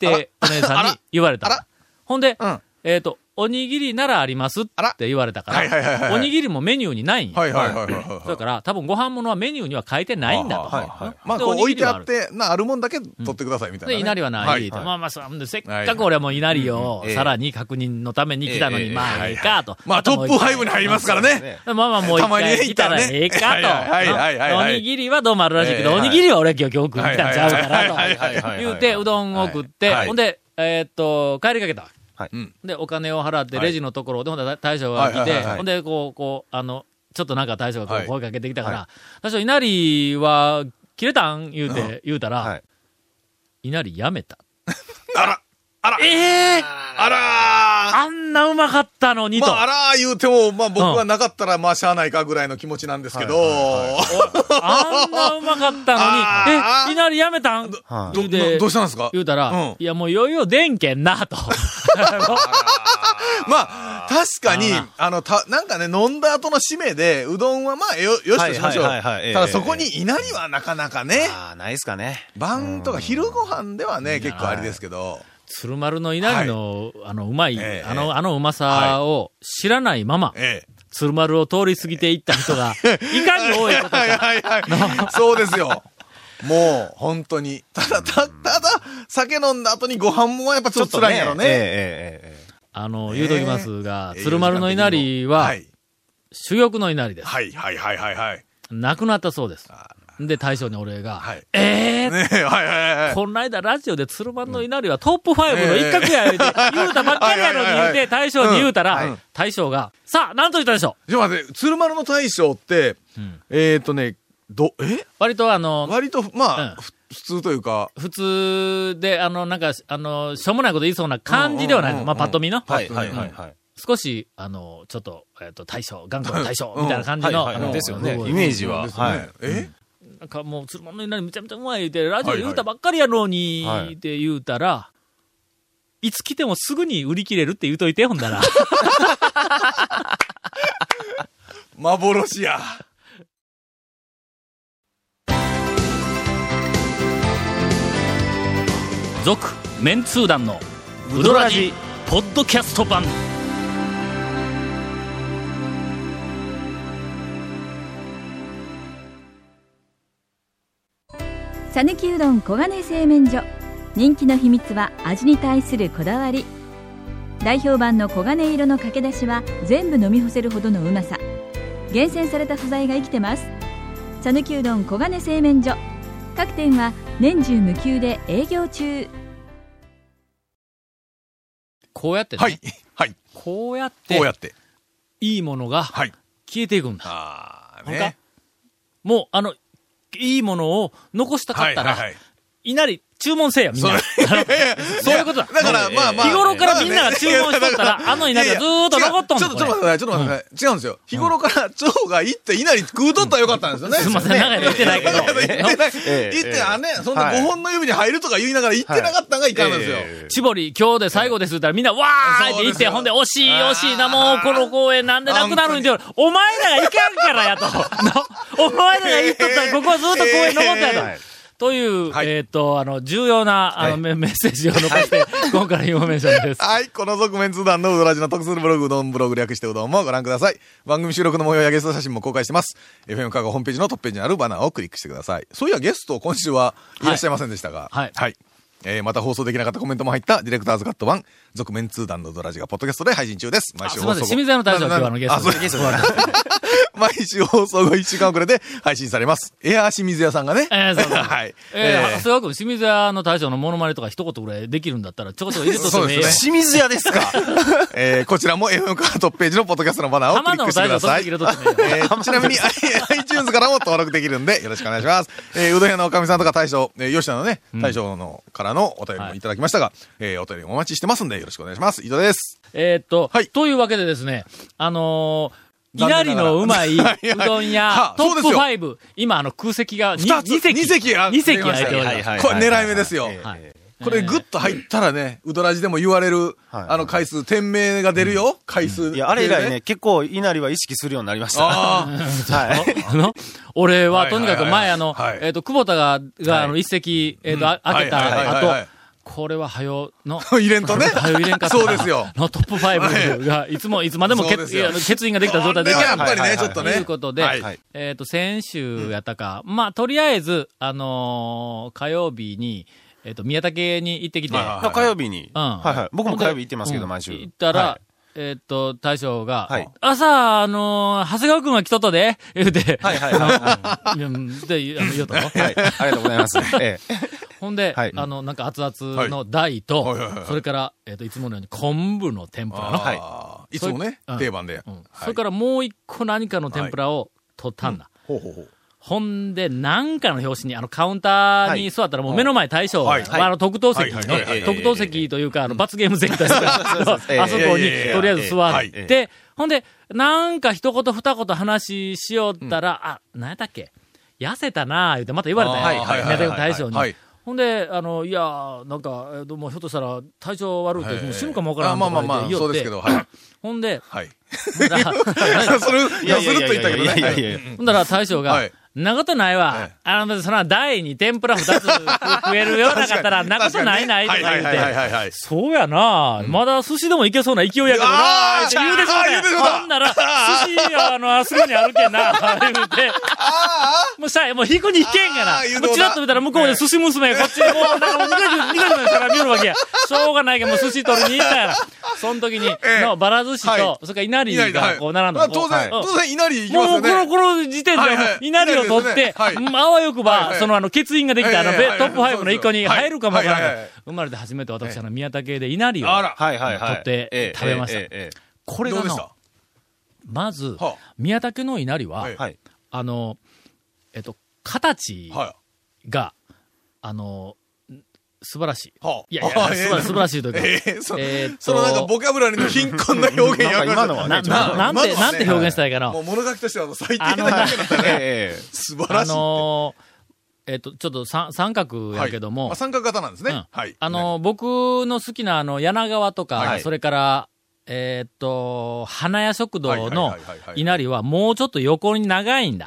Speaker 1: て、お姉さんに言われた。ほんで、
Speaker 3: うん
Speaker 1: えーっと、おにぎりならありますって
Speaker 3: あら
Speaker 1: 言われたから、
Speaker 3: はいはいはいはい
Speaker 1: おにぎりもメニューにないんや。
Speaker 3: はいはいはいはいはい。
Speaker 1: だから、多分ご飯物はメニューには書いてないんだと。
Speaker 3: はい
Speaker 4: はいはい
Speaker 3: まあ、
Speaker 1: で
Speaker 3: こう
Speaker 1: おに
Speaker 3: 置
Speaker 1: ぎ
Speaker 3: い
Speaker 1: り
Speaker 3: て
Speaker 1: は
Speaker 3: あ
Speaker 1: ある
Speaker 3: って、な、あるもんだけ取ってくださいみたいなね。
Speaker 1: で、稲荷はない。
Speaker 3: はい。
Speaker 1: まあまあ、そうでせっ
Speaker 3: は
Speaker 1: か
Speaker 3: い
Speaker 1: く俺はもう稲荷を
Speaker 4: ええ
Speaker 1: さらに確認のために来たの
Speaker 4: え
Speaker 1: に、
Speaker 4: え
Speaker 1: まあ、ええかと。
Speaker 3: まあ、トップ5に入りますからね。
Speaker 1: まあまあもう一
Speaker 3: たまにね
Speaker 1: 回来たらええか
Speaker 3: 行ったらねはいはいはいはい
Speaker 1: と。
Speaker 3: は
Speaker 1: お
Speaker 3: い
Speaker 1: にぎりはどうもあるらしいけど、
Speaker 3: ええ
Speaker 1: おにぎりは俺は今日今日食ってきたんちゃう
Speaker 3: はい
Speaker 1: か
Speaker 3: はい
Speaker 4: はい
Speaker 1: な
Speaker 4: は
Speaker 1: と。
Speaker 4: い
Speaker 1: 言うて、うどんを食って、
Speaker 4: はい
Speaker 1: ほんで、えーっと、帰りかけた。
Speaker 4: はい
Speaker 3: うん
Speaker 1: で、お金を払って、レジのところで、ほんで大将が来
Speaker 3: はいはい
Speaker 1: て、
Speaker 3: はいはい
Speaker 1: ほんで、こう、こう、あの、ちょっとなんか大将がこ
Speaker 3: は
Speaker 1: う
Speaker 3: い
Speaker 1: 声かけてきたから、大将、稲荷は切れたん言う
Speaker 3: う
Speaker 1: て、言うた
Speaker 4: は
Speaker 1: ら
Speaker 4: い、
Speaker 1: 稲荷やめた。
Speaker 3: あら、
Speaker 1: ええ
Speaker 3: あらー
Speaker 1: あんなうまかったのにと。
Speaker 3: まあ、あらー言うても、まあ僕
Speaker 1: う
Speaker 3: は
Speaker 1: ん
Speaker 3: なかったら、まあしゃあないかぐらいの気持ちなんですけど、
Speaker 1: あんなうまかった
Speaker 3: あ
Speaker 1: のに、え、いきなりやめたん
Speaker 4: はい
Speaker 1: 言う
Speaker 3: ど
Speaker 1: て
Speaker 3: どうしたんですか
Speaker 1: 言うたら、
Speaker 3: うん
Speaker 1: いやもういよいよ出んけんな、と。
Speaker 3: まあ、確かに
Speaker 1: あ、
Speaker 3: あの、た、なんかね、飲んだ後の締めで、うどんはまあ、よ、よしとしましょう。
Speaker 4: はいはいはいはいええ
Speaker 3: ただそこに稲荷はなかなかね、
Speaker 4: ああ、ないっすかね。
Speaker 3: 晩とか昼ご飯ではね、結構あれですけど、
Speaker 1: 鶴丸の稲荷の、あの、うまい、
Speaker 3: ええ
Speaker 1: あの、あのうまさを知らないまま、
Speaker 3: ええ。
Speaker 1: 鶴丸を通り過ぎていった人 が、いかに多いこと
Speaker 3: はい
Speaker 1: か。
Speaker 3: はいはい。 そうですよ。もう、本当に。ただ、た、ただ、酒飲んだ後にご飯もやっぱちょっと辛いんやろ
Speaker 4: ええ
Speaker 3: ね。
Speaker 4: えええええ
Speaker 1: あの、言うときますが、
Speaker 3: ええ
Speaker 1: 鶴丸の稲荷は
Speaker 3: は、い
Speaker 1: 珠玉の稲荷です。
Speaker 3: はいはいはいはいはい。
Speaker 1: 亡くなったそうです。で、大将にお礼が、
Speaker 3: はい
Speaker 1: ええー
Speaker 3: ねえ、はいはいはい。
Speaker 1: この間ラジオで鶴丸の稲荷はトップ5の一角や言うて、言うたばっかりやのに言うて、大将に言うた
Speaker 3: うんは
Speaker 1: ら
Speaker 3: い、
Speaker 1: 大将が、さあ、なんと言ったでしょ
Speaker 3: ちょっと待って、鶴丸の大将って、
Speaker 1: ん
Speaker 3: えっ、ー、とね、ど、え
Speaker 1: う割とあの、
Speaker 3: 割と、まあ、
Speaker 1: うん
Speaker 3: ふ普通というか、
Speaker 1: 普通で、あの、なんか、あの、しょうもないこと言いそうな感じではないの。
Speaker 3: うんうんうんうん
Speaker 1: まあ、パッと見の。
Speaker 4: はいはいはいはい。
Speaker 1: 少し、あの、ちょっと、えっと、大将、頑固な大将、みたいな感じの。
Speaker 4: はいはい
Speaker 1: あの
Speaker 4: ですよね
Speaker 1: ロゴ
Speaker 4: イメージは
Speaker 3: ですね。
Speaker 4: はい
Speaker 3: え
Speaker 1: なんかもう、鶴丸の稲荷めちゃめちゃうまい言うて、ラジオで言うたばっかりやのに、
Speaker 4: はい
Speaker 1: って言うたら、いつ来てもすぐに売り切れるって言うといて、ほんだら。
Speaker 3: 幻や。
Speaker 1: 続メンツー団のウドラジポッドキャスト版
Speaker 7: さぬきうどん黄金製麺所人気の秘密は味に対するこだわり代表版の黄金色のかけだしは全部飲み干せるほどのうまさ厳選された素材が生きてますさぬきうどん黄金製麺所各店は年中無休で営業中
Speaker 1: こうやってね、
Speaker 3: はい。はい。
Speaker 1: こうやって
Speaker 3: こうやって。
Speaker 1: いいものが
Speaker 3: はい。
Speaker 1: 消えていくんだ、
Speaker 3: あー
Speaker 1: ほんか
Speaker 3: ね。
Speaker 1: もうあのいいものを残したか
Speaker 3: は
Speaker 1: っ
Speaker 3: い
Speaker 1: た
Speaker 3: はい
Speaker 1: ら、
Speaker 3: はいい。
Speaker 1: なり注文せえやみんなそういうことだ
Speaker 3: だから、まあまあ。
Speaker 1: 日頃から
Speaker 3: まあ
Speaker 1: み
Speaker 3: ね
Speaker 1: んなが注文しとったら、あの稲荷がずーっと残っとん
Speaker 3: いやいや違うちょっと、ちょっと待ってください、ちょっと待ってください。違うんですよ。日頃から、蝶が行って稲荷食うとったらよかったんですよね。
Speaker 1: すいません、長いの言ってないけ ど。
Speaker 3: 行ってない
Speaker 4: ええ
Speaker 3: 行って、あね、そん
Speaker 4: は
Speaker 3: ない5本の指に入るとか言いながら行ってなかったんがいかんのですよ。
Speaker 1: ちぼり、今日で最後ですって言ったらみんな、わーって言っ
Speaker 3: そうです
Speaker 1: て、
Speaker 3: よ
Speaker 1: ほんで、惜しい、惜しいな、もう、この公演なんでなくなるんじゃ、お前らがいかんから やと。なお前らが言っとったら、ここはずっと公演残ったやと。という、
Speaker 3: はい
Speaker 1: えっ、と、あの、重要な、あの、メッセージを残して、今回のインフォメーションです。
Speaker 3: はい。この続面通談のうどらじの特するブログ、うどんブログ略してうどんもご覧ください。番組収録の模様やゲスト写真も公開してます。FM カゴホームページのトップページにあるバナーをクリックしてください。そういや、ゲスト今週はいらっしゃいませんでしたが。
Speaker 1: はいはい
Speaker 3: えーまた放送できなかったコメントも入った、ディレクターズカット1、続面通談のうどらじがポッドキャストで配信中です。
Speaker 1: あ
Speaker 3: 毎
Speaker 1: す
Speaker 3: 週
Speaker 1: みま
Speaker 3: 放
Speaker 1: せん、
Speaker 3: 送後。
Speaker 1: 清水屋の大将、
Speaker 3: な
Speaker 1: 今
Speaker 3: な
Speaker 1: 日あの、ゲスト
Speaker 3: あ
Speaker 1: で。
Speaker 3: そう 毎週放送後1週間遅れで配信されます。エアー清水屋さんがね。
Speaker 1: えーそうそう
Speaker 3: はい。
Speaker 1: えー、
Speaker 3: えー
Speaker 1: 長谷川君、清水屋の大将のモノマネとか一言ぐらいできるんだったら、ちょこちょこ入れとってもええよ
Speaker 3: そうですね
Speaker 4: 清水屋ですか
Speaker 3: えーこちらも FM カートップページのポッドキャストのバナーをク
Speaker 1: 浜
Speaker 3: リッ
Speaker 1: 野
Speaker 3: ク
Speaker 1: の
Speaker 3: して
Speaker 1: 大
Speaker 3: く
Speaker 1: 将その
Speaker 3: ださ
Speaker 1: 時入。
Speaker 3: い
Speaker 1: れとってもええよ。
Speaker 3: えーちなみに、I- iTunes からも登録できるんで、よろしくお願いします。えーうどん屋のおかみさんとか大将、えー吉田のね、大将のからのお便りもいただきましたが、えーお便りお待ちしてますんで、よろしくお願いします。以上です。
Speaker 1: えーっと、
Speaker 3: はい
Speaker 1: というわけでですね、あのー、
Speaker 3: 残
Speaker 1: 稲荷
Speaker 3: 念ながら
Speaker 1: のうまい
Speaker 3: はいはいう
Speaker 1: どん
Speaker 3: は
Speaker 1: 屋
Speaker 3: あ
Speaker 1: トップ
Speaker 3: そうですよ
Speaker 1: 5、今あの空席がに
Speaker 3: 二つ
Speaker 1: 二席。
Speaker 3: 二席あ
Speaker 1: 二席空いており
Speaker 3: は
Speaker 1: ま
Speaker 3: い
Speaker 1: す。
Speaker 3: これ狙い目ですよ。
Speaker 1: はい
Speaker 3: これグッと入ったらね、うどらじでも言われる、
Speaker 4: はい
Speaker 3: あの回数、店名が出るよ、回数。
Speaker 4: いや、あれ以来ね、結構、稲荷は意識するようになりました。
Speaker 3: あ
Speaker 4: はい。
Speaker 1: あの、俺は
Speaker 3: はい
Speaker 1: とにかく
Speaker 3: はいはい
Speaker 1: 前あの
Speaker 3: はい、
Speaker 1: えーっと、久保田が、が、あの、
Speaker 4: は
Speaker 1: 一席、えーっと、あ開け
Speaker 3: はいはいはいはいは
Speaker 1: た
Speaker 3: い
Speaker 1: 後、これは早うの、
Speaker 3: あ、入れんとね。
Speaker 1: 早う入れんかった
Speaker 3: そうですよ。
Speaker 1: のトップ5が、いつも、いつまでも
Speaker 3: そうで
Speaker 1: 欠
Speaker 3: すよ
Speaker 1: あの欠員ができた状態でい
Speaker 3: こ
Speaker 1: か
Speaker 3: れ
Speaker 1: ん
Speaker 3: はやっぱり
Speaker 4: はいはい
Speaker 3: ね、
Speaker 4: は
Speaker 3: ち
Speaker 4: い
Speaker 3: ょっとね。
Speaker 1: ということで、
Speaker 3: はい
Speaker 4: はい
Speaker 1: えっ、と、先週やったか、まあ、とりあえず、あのー火曜日に、えっ、と、宮武に行ってきて、
Speaker 3: はいはい
Speaker 4: 火曜日に。
Speaker 1: うん
Speaker 4: はいはい。僕も火曜日行ってますけ
Speaker 1: う
Speaker 4: ど、
Speaker 1: ん
Speaker 4: 毎週。
Speaker 1: 行ったら、
Speaker 4: は
Speaker 1: えっ、と、大将が、
Speaker 4: はい
Speaker 1: 朝、あのー長谷川くんが来とったで、言うて、
Speaker 4: はいはいは
Speaker 1: あのうん で、あの言う と
Speaker 4: い。はい。ありがとうございます。ええ。
Speaker 1: ほんで、
Speaker 4: はい
Speaker 1: あの、なんか熱々の台と、
Speaker 3: はいはいはいはい
Speaker 1: それから、えっ、と、いつものように昆布の天ぷらの、
Speaker 3: あーいつもね
Speaker 1: それ、
Speaker 3: 定番で。
Speaker 1: うん
Speaker 3: はい
Speaker 1: それからもう一個何かの天ぷらを取ったんだ。
Speaker 3: ほうほうほう。
Speaker 1: ほんで、なんかの表紙に、あの、カウンターに座ったら、もう目の前大将、
Speaker 3: はい
Speaker 1: まあ、あの、特等席
Speaker 3: はい
Speaker 1: ね
Speaker 3: はい
Speaker 1: 特等席というか、あの、罰ゲーム席というか、あのあ
Speaker 4: ええ
Speaker 1: そこ
Speaker 3: い
Speaker 1: に
Speaker 3: やいやい、や
Speaker 1: とりあえず座っ
Speaker 3: え
Speaker 1: て、ほんで、なんか一言二言話しよったら、あ、なんやったっけ痩せたなぁ、言うて、また言われたんや
Speaker 3: あーはいはいはい
Speaker 1: 宮崎の大将に
Speaker 3: はい。
Speaker 1: ほんで、あの、いやー、なんか、えっと、もうひょっとしたら、体調悪いと、もう死ぬかもわから
Speaker 3: あ
Speaker 1: ん
Speaker 3: ま
Speaker 1: と
Speaker 3: あまあ
Speaker 1: か
Speaker 3: ま
Speaker 1: 言って言
Speaker 3: あ、そ
Speaker 1: お
Speaker 3: う
Speaker 1: っ
Speaker 3: で
Speaker 1: て
Speaker 3: すけど、はい。
Speaker 1: ほんで、
Speaker 3: はい。
Speaker 1: ほんだら
Speaker 3: それ、
Speaker 4: い
Speaker 3: いや、
Speaker 4: や い
Speaker 3: する
Speaker 4: やい
Speaker 3: っ
Speaker 4: や
Speaker 3: と言
Speaker 4: い
Speaker 3: った
Speaker 4: や
Speaker 3: けど
Speaker 4: いやいやい
Speaker 3: ね。
Speaker 4: やいや
Speaker 1: ほんだら大将が、
Speaker 3: はい
Speaker 1: んなことないわ。
Speaker 3: ええ
Speaker 1: あの、別にその大に天ぷら二つ食えるようなかったら、んなことないないとか
Speaker 3: は
Speaker 1: 言
Speaker 3: い
Speaker 1: っ
Speaker 3: は
Speaker 1: て、
Speaker 3: いはいはいはい。
Speaker 1: そうやな、まだ寿司でもいけそうな勢いやけどな
Speaker 3: あー
Speaker 1: って言うでしょうね
Speaker 3: あー言うでしょうだ
Speaker 1: ほんなら、寿司屋あの、あそこにあるけんな、言うて。もうさ、もう引くに引けんが
Speaker 3: あー言
Speaker 1: な。
Speaker 3: う
Speaker 1: も
Speaker 3: ても
Speaker 1: う
Speaker 3: うた
Speaker 1: チラッと見たら向こうで寿司娘がこっちにもう、なんかもう逃げて、逃げてるから見よるわけや。しょうがないけど、もう寿司取りに行ったやら。その時に、
Speaker 3: え
Speaker 1: のバラ寿司と、
Speaker 3: はい
Speaker 1: それから稲荷
Speaker 3: いないでは
Speaker 1: が
Speaker 3: い。
Speaker 1: こう並ん
Speaker 3: ま
Speaker 1: だ
Speaker 3: あ当然、
Speaker 1: うん
Speaker 3: 当然、稲荷行き
Speaker 1: も
Speaker 3: ま
Speaker 1: う
Speaker 3: す
Speaker 1: も
Speaker 3: よ
Speaker 1: うこの、
Speaker 3: ね。
Speaker 1: この時点で
Speaker 3: はいはい
Speaker 1: はもう、稲荷を取っ
Speaker 3: 稲荷で
Speaker 1: て、
Speaker 3: すねはい
Speaker 1: うんあわよく
Speaker 3: はい
Speaker 1: ば、
Speaker 3: はい
Speaker 1: そのあの、欠員ができたあの、
Speaker 3: はいはい
Speaker 1: ベ
Speaker 3: はい
Speaker 1: トップ5の一個に入るかもわから
Speaker 3: はい
Speaker 1: な
Speaker 3: はいはいいはい。
Speaker 1: 生まれて初めて私、あの、宮田系で稲荷を
Speaker 3: あら。
Speaker 4: はいはいはい。
Speaker 1: 取って
Speaker 4: ええ
Speaker 1: 食べました
Speaker 4: えええ
Speaker 1: これ
Speaker 3: ど
Speaker 1: が
Speaker 3: うでし
Speaker 1: の
Speaker 3: た、
Speaker 1: まず
Speaker 3: はあ、
Speaker 1: 宮田家の稲荷は
Speaker 3: は、い
Speaker 4: えはい。
Speaker 1: あの、えっと、形
Speaker 3: は
Speaker 1: が、あの、素晴らしい。
Speaker 3: い。はいい
Speaker 1: やいや、素晴ら素晴らしいというか、
Speaker 3: ええそ
Speaker 1: えーっと
Speaker 3: そのなんかボキャブラリーの貧困な表現やめました
Speaker 4: なんか今のはね
Speaker 1: なななんて、なんて表現したらいいかな
Speaker 3: も。う物書きとしては最低
Speaker 1: あ
Speaker 3: な
Speaker 1: の
Speaker 3: だけだったね。
Speaker 4: ええ
Speaker 3: 素晴ら
Speaker 1: あ
Speaker 3: しい。
Speaker 1: のー、えっと、ちょっと三三角やけども、
Speaker 3: はいまあ三角型なんですね。
Speaker 1: うん
Speaker 3: はい。
Speaker 1: あの、僕の好きなあの、柳川とか、
Speaker 4: はい
Speaker 1: それから、えーっと、花屋食堂の
Speaker 3: はいはいはいはいはい
Speaker 1: 稲荷はもうちょっと横に長いんだ。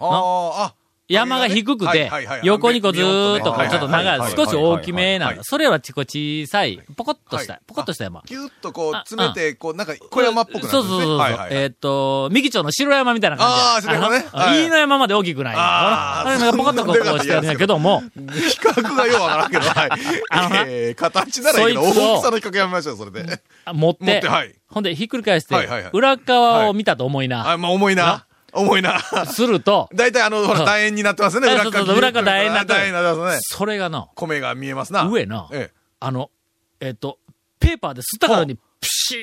Speaker 3: あーあ、
Speaker 1: 山が低く
Speaker 3: はい
Speaker 1: て
Speaker 3: はいはい、
Speaker 1: 横にこうずーっとこ
Speaker 3: は
Speaker 1: う
Speaker 3: い
Speaker 1: ちょっと長、
Speaker 3: はいい
Speaker 1: 少し大きめな
Speaker 3: はい
Speaker 1: んだ。
Speaker 3: はい
Speaker 1: それはちこ小さい、ポコッとし
Speaker 3: は
Speaker 1: た
Speaker 3: い、
Speaker 1: ポコッとした山。
Speaker 3: キュッとこう
Speaker 1: あ
Speaker 3: 詰めて、こうなんか小山っぽくなる
Speaker 1: そ
Speaker 3: んです
Speaker 1: う
Speaker 3: ね。
Speaker 1: そうそうそう。
Speaker 3: はいはいはい
Speaker 1: えーっと、三木町の白山みたいな感じ
Speaker 3: あー白山ね
Speaker 1: あの
Speaker 3: はい
Speaker 1: 飯の山まで大きくない。
Speaker 3: あー
Speaker 1: あれがポコッとこうこうしてるんやけども、
Speaker 3: 比較がようわからんけど、はい
Speaker 1: あのな。
Speaker 3: えー形ならいいけど、
Speaker 1: そい
Speaker 3: 大
Speaker 1: つを
Speaker 3: きさの比較やめましょう、それで。
Speaker 1: あ持っ
Speaker 3: 持ってて、はい
Speaker 1: ほんでひっくり返して、
Speaker 3: はいはいはい
Speaker 1: 裏側を見たと思いな。
Speaker 3: あ、まあ重いな。重いな。
Speaker 1: する と、
Speaker 3: 大体あの、ほ
Speaker 1: そ
Speaker 3: ら、
Speaker 1: う
Speaker 3: 楕円になってますよね、
Speaker 1: そう
Speaker 3: 裏
Speaker 1: そう
Speaker 3: 側
Speaker 1: そう裏側楕円になってる
Speaker 3: 楕円になってますね。
Speaker 1: それがな、
Speaker 3: 米が見えますな。
Speaker 1: 上な
Speaker 3: ええ
Speaker 1: あの、えっ、と、ペーパーで吸ったからに、ピシ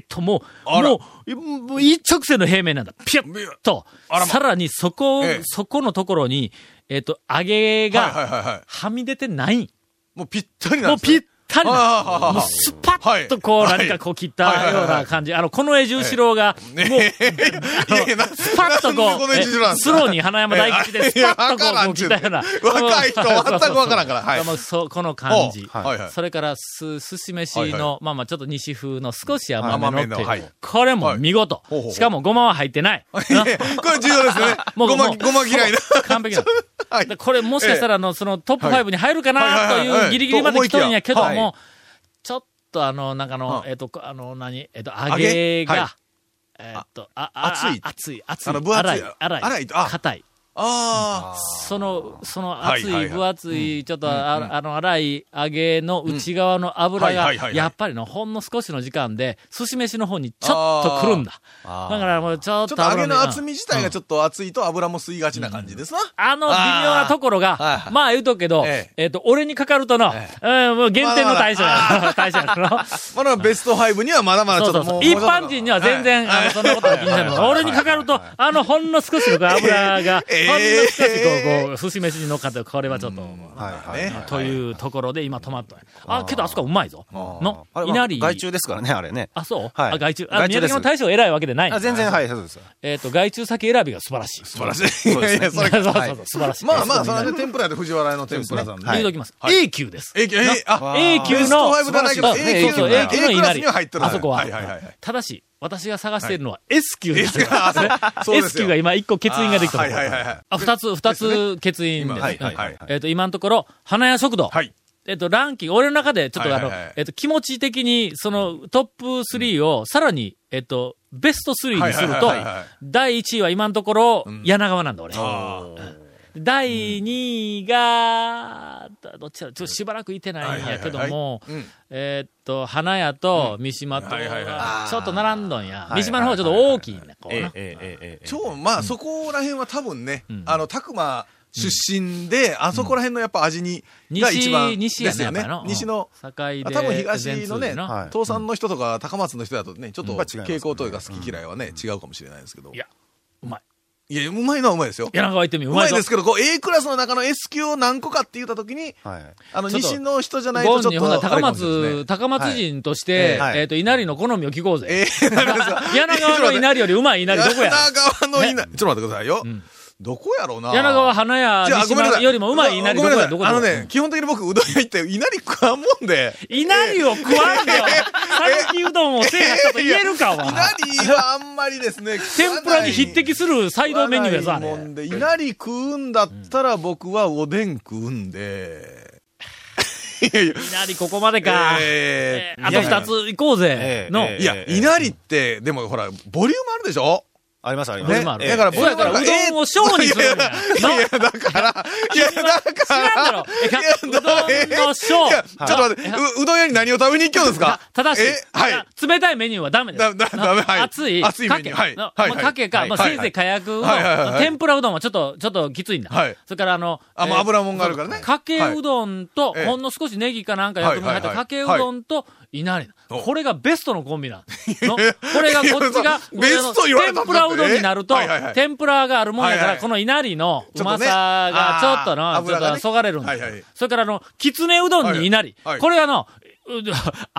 Speaker 1: ーッとも
Speaker 3: あ
Speaker 1: う、
Speaker 3: ら
Speaker 1: もう、もう一直線の平面なんだ。ピュッと、
Speaker 3: あらま
Speaker 1: さらにそこ、
Speaker 3: ええ
Speaker 1: そこのところに、えっ、と、揚げ
Speaker 3: はいはい
Speaker 1: が
Speaker 3: はいは
Speaker 1: はみ出てない。
Speaker 3: い。もうぴったりなん
Speaker 1: もう
Speaker 3: ですね
Speaker 1: ぴったり
Speaker 3: あああああ
Speaker 1: な
Speaker 3: あ
Speaker 1: もうスパッとこう、
Speaker 3: はい
Speaker 1: 何かこう切ったような感じ。あの、この江十四郎が、 もう、
Speaker 3: いやいやな
Speaker 1: スパッとこ
Speaker 3: なんでこの
Speaker 1: う、
Speaker 3: 江
Speaker 1: え
Speaker 3: 十四郎なんです
Speaker 1: ス
Speaker 3: か
Speaker 1: ローに花山大吉でスパッとこう、こう切ったような。
Speaker 3: 若い人は全くわからんか ら。はい。
Speaker 1: もうそうこの感じ。
Speaker 3: はいはいはい
Speaker 1: それから、す、寿司飯の、
Speaker 3: はいは
Speaker 1: まあまあ、ちょっと西風の少し甘
Speaker 3: 甘
Speaker 1: め
Speaker 3: め
Speaker 1: のっ
Speaker 3: の
Speaker 1: ていう、
Speaker 3: はい
Speaker 1: これも見事、
Speaker 3: ほうほうほう
Speaker 1: しかもごまは入って ない。な
Speaker 3: これ重要ですね。
Speaker 1: もう
Speaker 3: ごま、
Speaker 1: もう
Speaker 3: ごま嫌いな。
Speaker 1: 完璧な。
Speaker 3: はい
Speaker 1: で。これもしかしたら、あの、そのトップ5に入るかなと
Speaker 3: はいはいはい
Speaker 1: い
Speaker 3: は
Speaker 1: う
Speaker 3: い
Speaker 1: ギリギリまで来とるんやけど
Speaker 3: と思いきやは
Speaker 1: も、ちょっとあの、なんかあの、
Speaker 3: うん
Speaker 1: えっと、あの、何、えっと、揚
Speaker 3: 揚
Speaker 1: げ
Speaker 3: げは
Speaker 1: が
Speaker 3: い、
Speaker 1: えっと、あ、あ
Speaker 3: 熱い
Speaker 1: あ熱い、熱い。
Speaker 3: あの分厚い
Speaker 1: 粗い、粗い。
Speaker 3: 粗いとあ
Speaker 1: 硬い。
Speaker 3: あ
Speaker 1: その、その熱
Speaker 3: はいはい
Speaker 1: い、
Speaker 3: はい
Speaker 1: 分厚い、ちょっとああの、粗い揚げの内側の油
Speaker 3: うんは
Speaker 1: が、
Speaker 3: いはいはいはい
Speaker 1: やっぱりの、ほんの少しの時間で、寿司飯の方にちょっとくるんだ。だからもうちょっ
Speaker 3: あ。ちょ
Speaker 1: と
Speaker 3: っと揚げ
Speaker 1: 油
Speaker 3: の厚
Speaker 1: うん
Speaker 3: み自体がちょっと厚いと油も吸いがちな感じですな。
Speaker 1: あの微妙なところが、
Speaker 3: あー
Speaker 1: まあ言うとくけど、え
Speaker 3: え
Speaker 1: っ、と、俺にかかるとの、うん、もう減点の対象や。 対象やから。
Speaker 3: まだベスト5にはまだまだち
Speaker 1: そ
Speaker 3: ょ
Speaker 1: うそ
Speaker 3: っと
Speaker 1: うそう。一
Speaker 3: もう
Speaker 1: 般人には全然、あの、そんなことは気にしないの。俺にかかると、あの、ほんの少しの油が、
Speaker 3: えー
Speaker 1: ほんの少しこう、こう、寿司飯に乗っかって、これはちょっと、
Speaker 3: はいはいね。
Speaker 1: というところで今止まった。あ、けどあそこはうまいぞ。の
Speaker 4: あ、れ、ま
Speaker 1: 稲
Speaker 4: あ
Speaker 1: 荷。
Speaker 4: 外注ですからね、あれね。
Speaker 1: あ、そう
Speaker 4: はい
Speaker 1: あ、外注。あ、
Speaker 4: 外注
Speaker 1: 宮
Speaker 4: です
Speaker 1: 崎の大将偉いわけでない。
Speaker 4: あ、全然、はい、そうです。
Speaker 1: えっと、外注先選びが素晴らしい。素
Speaker 3: 素晴らしい。いやいや、それ
Speaker 1: そうそう
Speaker 3: は
Speaker 1: そう
Speaker 3: い。
Speaker 1: 素晴らしい。
Speaker 3: まあまあ、それはね、天ぷらで藤原の天ぷらさんで。
Speaker 1: 言う
Speaker 3: え
Speaker 1: ときます。
Speaker 3: はい
Speaker 1: A 級です。
Speaker 3: え、え、あ、
Speaker 1: A 級
Speaker 3: ベス
Speaker 1: の
Speaker 3: ト、5ではないけど、
Speaker 1: そう
Speaker 3: A 級
Speaker 1: そうそう
Speaker 3: の、
Speaker 1: A
Speaker 3: A
Speaker 1: 級の
Speaker 3: ク
Speaker 1: 稲
Speaker 3: ラスには入っ
Speaker 1: 荷。
Speaker 3: てる。
Speaker 1: あそこは。
Speaker 3: はいはいはい。
Speaker 1: ただし、私が探しているのは S 級です。
Speaker 3: S 級あそう そうで
Speaker 1: S
Speaker 3: すよ
Speaker 1: 級が今一個欠員ができた
Speaker 3: は
Speaker 1: と
Speaker 3: い
Speaker 1: ころ
Speaker 3: はいはいはい。
Speaker 1: あ、二つ、二つ欠員
Speaker 3: 今
Speaker 1: です。
Speaker 3: はいはいはい
Speaker 1: えっと、今のところ、花屋食堂。
Speaker 3: はい。
Speaker 1: えっと、ランキング、俺の中で、ちょっとあの、
Speaker 3: はいはいはい
Speaker 1: えっと、気持ち的に、その、トップ3を、さらに、えっと、ベスト3にすると
Speaker 3: はいはいはいはい、
Speaker 1: 第1位は今のところ、柳川なんだ、俺。
Speaker 3: あ
Speaker 1: 第2位が、どっちだろうちょっとしばらくいてないんやけど
Speaker 3: はいはい
Speaker 1: も
Speaker 3: いうん、
Speaker 1: えーっと、花屋と三島と、
Speaker 3: はいはいはい
Speaker 1: あーちょっと並んどんや。三島の方はちょっと大きいんだ、こうな。
Speaker 4: ええええ
Speaker 3: ー超、まあ、そこら辺は多分ね、あの、たくま出身で、あそこら辺のやっぱ味に、が一
Speaker 1: 西、
Speaker 3: 番で
Speaker 1: 西や
Speaker 3: す
Speaker 1: ね、や
Speaker 3: よ
Speaker 1: っぱ
Speaker 3: ね
Speaker 1: りの。。
Speaker 3: 西の。
Speaker 1: うん、境で。
Speaker 3: 多分東のね
Speaker 1: 善通寺、
Speaker 4: はい
Speaker 3: 東山の人とか高松の人だとね、ちょっと
Speaker 4: んやっぱ違いますね
Speaker 3: 傾向というか好き嫌いはね、違うかもしれないですけど。
Speaker 1: いやうまい。
Speaker 3: いや、うまいのはうまいですよ。
Speaker 1: 柳川行ってみよ
Speaker 3: う
Speaker 1: う。うま
Speaker 3: ま
Speaker 1: い
Speaker 3: い
Speaker 1: ぞ
Speaker 3: ですけど、こう、A クラスの中の S 級を何個かって言ったときに、
Speaker 4: はい。
Speaker 3: あの、
Speaker 1: ちょっと
Speaker 3: 西の人じゃない
Speaker 1: ゴ
Speaker 3: と
Speaker 1: ン
Speaker 3: ち
Speaker 1: に、
Speaker 3: ょ
Speaker 1: ほ
Speaker 3: っ
Speaker 1: な、
Speaker 3: と、
Speaker 1: 高
Speaker 3: あれ
Speaker 1: 松、
Speaker 3: かもしれないですね
Speaker 1: 高松人として、
Speaker 4: はい
Speaker 1: えっと、稲荷の好みを聞こうぜ。
Speaker 3: えー、ダメですか
Speaker 1: 柳川の稲荷よりうまい稲荷どこや
Speaker 3: 柳川の稲、ちょっと待ってくださいよ。
Speaker 1: ん
Speaker 3: どこやろうな。
Speaker 1: 柳川花屋
Speaker 3: じゃあ、
Speaker 1: 西
Speaker 3: ごめんなさ
Speaker 1: 島
Speaker 3: い。
Speaker 1: よりもうまい稲荷
Speaker 3: ご
Speaker 1: どこ
Speaker 3: めんなさ
Speaker 1: や
Speaker 3: い
Speaker 1: どこ
Speaker 3: あ
Speaker 1: や
Speaker 3: のね、基本的に僕、うどん屋行って稲荷食わんもんで、
Speaker 1: 稲荷を食わんでよ讃岐うどんを制覇したと言えるか
Speaker 3: 稲
Speaker 1: は
Speaker 3: 荷はあんまりですね、
Speaker 1: 天ぷらに匹敵するサイ
Speaker 3: 食
Speaker 1: ド
Speaker 3: わな
Speaker 1: メ
Speaker 3: い
Speaker 1: ニューやぞあれ
Speaker 3: もんで、稲荷食うんだったら僕はおでん食うんで、 いやいや、
Speaker 1: 稲荷ここまで か、
Speaker 3: え
Speaker 1: えーあと
Speaker 4: いやいや
Speaker 1: 二つ行こうぜ、
Speaker 4: ええ
Speaker 1: の、
Speaker 4: え
Speaker 3: ーいや、稲荷って、でもほら、ボリュームあるでしょ
Speaker 4: ありますあります。
Speaker 1: ねある
Speaker 4: ええ
Speaker 3: だから、
Speaker 1: そうやから
Speaker 3: ボリュームある
Speaker 1: うどんを小にするんや
Speaker 3: いやいやいや、だから、いや、だか
Speaker 1: 違うだろ
Speaker 3: ら、
Speaker 1: えかうどんの小
Speaker 3: いやちょっと待って、ううどん屋に何を食べに行きようですか
Speaker 1: ただし
Speaker 3: え、はい。
Speaker 1: 冷たいメニューはダメです。
Speaker 3: だだだめはい
Speaker 1: 熱い、
Speaker 3: 熱いメニュー
Speaker 1: かけ
Speaker 3: はい
Speaker 1: の
Speaker 3: はい
Speaker 1: まあ
Speaker 3: はい
Speaker 1: かけか、
Speaker 4: はい
Speaker 1: まあ、
Speaker 3: はい
Speaker 1: せいぜい火薬
Speaker 3: はいはいはい
Speaker 1: の
Speaker 3: はい
Speaker 1: 天ぷらうどんはちょっと、ちょっときついんだ。
Speaker 3: はい
Speaker 1: それからあの、
Speaker 3: あもう油もんがあるからね
Speaker 1: そうかけうどんと、
Speaker 3: はいええ
Speaker 1: ほんの少しネギかなんか薬味が入った
Speaker 3: はいはいは
Speaker 1: か
Speaker 3: い
Speaker 1: けうどんと稲荷。
Speaker 3: お
Speaker 1: これがベストのコンビなん。のこれがこっち
Speaker 3: い
Speaker 1: が
Speaker 3: やい、やベスト言われた
Speaker 1: 天ぷらうどんになると
Speaker 3: えはいはいは、い
Speaker 1: 天ぷらがあるもんやか
Speaker 3: は
Speaker 1: ら、
Speaker 3: いはい
Speaker 1: この稲荷のうまさがち
Speaker 3: ち
Speaker 1: ょ
Speaker 3: ょ
Speaker 1: っ
Speaker 3: っ
Speaker 1: と
Speaker 3: とねあ
Speaker 1: の、
Speaker 3: ー
Speaker 1: ちょっ
Speaker 3: 油
Speaker 1: と
Speaker 3: がね
Speaker 1: そがれるんですよ
Speaker 3: はいはい
Speaker 1: それからあの、きつねうどんに稲荷。
Speaker 3: はいはい
Speaker 1: これあの、 う揚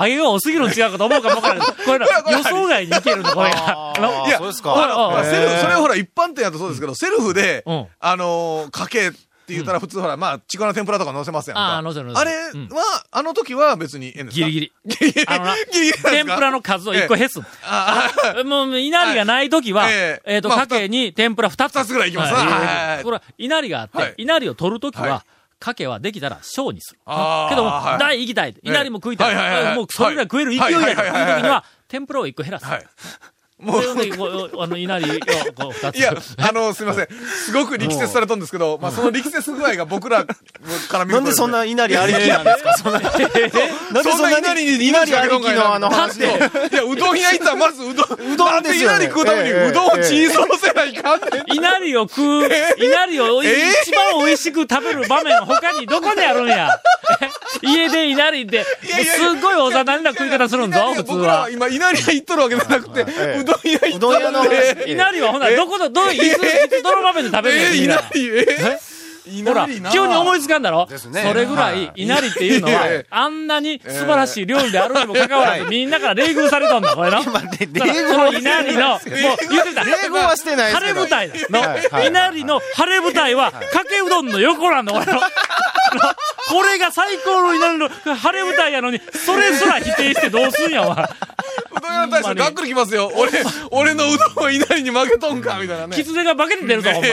Speaker 1: げが多すぎるの違うかと思うかもわ からない。これな予想外にいけるの、これが。
Speaker 4: あ
Speaker 3: い
Speaker 4: ー
Speaker 3: や
Speaker 4: そうです
Speaker 1: おい
Speaker 4: か。
Speaker 1: おいおい
Speaker 3: セルフそれはほら、一般店やとそうですけど、セルフで
Speaker 1: うん、
Speaker 3: あのー、かけって言ったら普通ほら、まあ、ちくわの天ぷらとか乗せますやん
Speaker 1: あ
Speaker 3: か。
Speaker 1: ー乗せる乗せ
Speaker 3: あ
Speaker 1: る
Speaker 3: れ
Speaker 1: うん
Speaker 3: は、あの時は別にええんです
Speaker 1: ギ
Speaker 3: か
Speaker 1: リギリ。
Speaker 3: ギリギリ。
Speaker 1: あのな、
Speaker 3: ギリギリなんですか
Speaker 1: 天ぷらの数を一個減す。
Speaker 3: あー
Speaker 1: もう、稲荷がないときは、
Speaker 3: はい
Speaker 1: え
Speaker 3: え
Speaker 1: っ、
Speaker 3: え
Speaker 1: と、
Speaker 3: ま
Speaker 1: か
Speaker 3: あ
Speaker 1: けに天ぷら2つ。
Speaker 3: 二つぐらいいきますな
Speaker 1: は
Speaker 3: はいはいはい
Speaker 1: これは、稲荷があって、
Speaker 3: はい
Speaker 1: 稲荷を取るときは、
Speaker 3: は
Speaker 1: かけはできたら小にする。
Speaker 3: あー
Speaker 1: けども、
Speaker 3: はい
Speaker 1: 大行きたい。稲荷も食いたい。
Speaker 3: はいはいはいはい
Speaker 1: もうそれぐらい食える勢いだという
Speaker 3: は
Speaker 1: 時
Speaker 3: いはいはいはいはい
Speaker 1: には、天ぷらを1個減らす。
Speaker 3: はい。も
Speaker 1: そうういう時こうあの、稲荷をこう2つ。
Speaker 3: いや、あの、すみません。すごく力説されたんですけど、まあ、その力説具合が僕らから見るとすね。
Speaker 4: なんでそんな稲荷ありきなんですかそんな。なんで
Speaker 3: そんな稲荷に
Speaker 4: 稲荷ありきのあの
Speaker 1: だっ
Speaker 4: 話で。
Speaker 1: て、
Speaker 3: いや、うどん屋行ったらまずうどん、
Speaker 4: うどんですよ
Speaker 3: なん稲荷
Speaker 4: ね
Speaker 3: 食うために
Speaker 4: ええ
Speaker 3: うどんを
Speaker 4: ええ
Speaker 3: チーズ乗せないかんねん。
Speaker 1: 稲荷を食う、稲荷をい
Speaker 3: え
Speaker 1: 一番美味しく食べる場面、他にどこでやるんや。 家で稲荷って、
Speaker 3: やいやいや
Speaker 1: すっごいおざなりな 食い方するんぞ、普通
Speaker 3: 僕ら
Speaker 1: は
Speaker 3: は。今、稲荷屋行っとるわけじゃなくて、
Speaker 4: ええ
Speaker 3: うどん屋行っ
Speaker 4: う
Speaker 3: と
Speaker 4: どん
Speaker 3: る
Speaker 4: 屋
Speaker 3: ん
Speaker 4: の
Speaker 3: で
Speaker 4: 話。
Speaker 1: 稲荷はほな、どこど、ど、いつ、いつどの場面で食べるんや
Speaker 3: ええ、
Speaker 1: 稲
Speaker 3: 稲
Speaker 1: 荷
Speaker 3: 荷、ええ。
Speaker 1: ほら、急に思い
Speaker 3: つ
Speaker 1: つかんだろ
Speaker 4: です
Speaker 1: そ
Speaker 4: ね
Speaker 1: れぐら
Speaker 4: はいい、
Speaker 1: 稲荷っていうのは
Speaker 3: ええ、
Speaker 1: あんなに素晴らしい料理であるにもかかわらず、みんなから礼遇されたんだ、これの。だから
Speaker 4: で
Speaker 1: その稲荷の、もう言ってた。
Speaker 4: 英語はしてないです
Speaker 1: 晴
Speaker 4: け
Speaker 1: れ
Speaker 4: ど。
Speaker 1: 舞台だの、
Speaker 4: はいはい
Speaker 1: 稲荷の晴れ舞台は、かけうどんの横なんだ、俺の。のこれが最高の稲荷の晴れ舞台やのに、それすら否定してどうすんやわ。
Speaker 3: うどん屋に対してがっくりきますよ。俺、俺のうどんは稲荷に負けとんか、みたいなね。
Speaker 1: 狐が化けて出るぞ、ほんま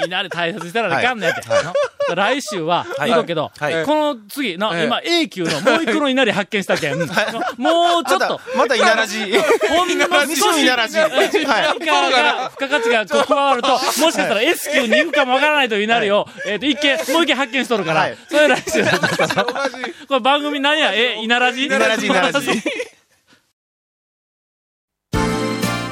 Speaker 1: に。稲荷大切にしたらいかんのやて。の来週は、
Speaker 4: い
Speaker 1: 行こうけど、
Speaker 4: はい
Speaker 1: この次、の、
Speaker 3: ええ
Speaker 1: 今 A 級のもう一個の稲荷発見したけん、のもうちょっと
Speaker 4: また、、また稲荷。
Speaker 1: ほんの
Speaker 4: 二
Speaker 1: 少
Speaker 4: 種
Speaker 1: し、
Speaker 4: 稲荷。はい。
Speaker 1: 付加が、付加価値がこう加わると、もしかしたら S 級に行くかもわからないというなりを、えっと、一見、もう一見発見しとるか
Speaker 4: は
Speaker 1: ら
Speaker 4: い、
Speaker 1: それ来週だとこれ番組何やえ、稲ラジ
Speaker 4: 稲荷稲荷。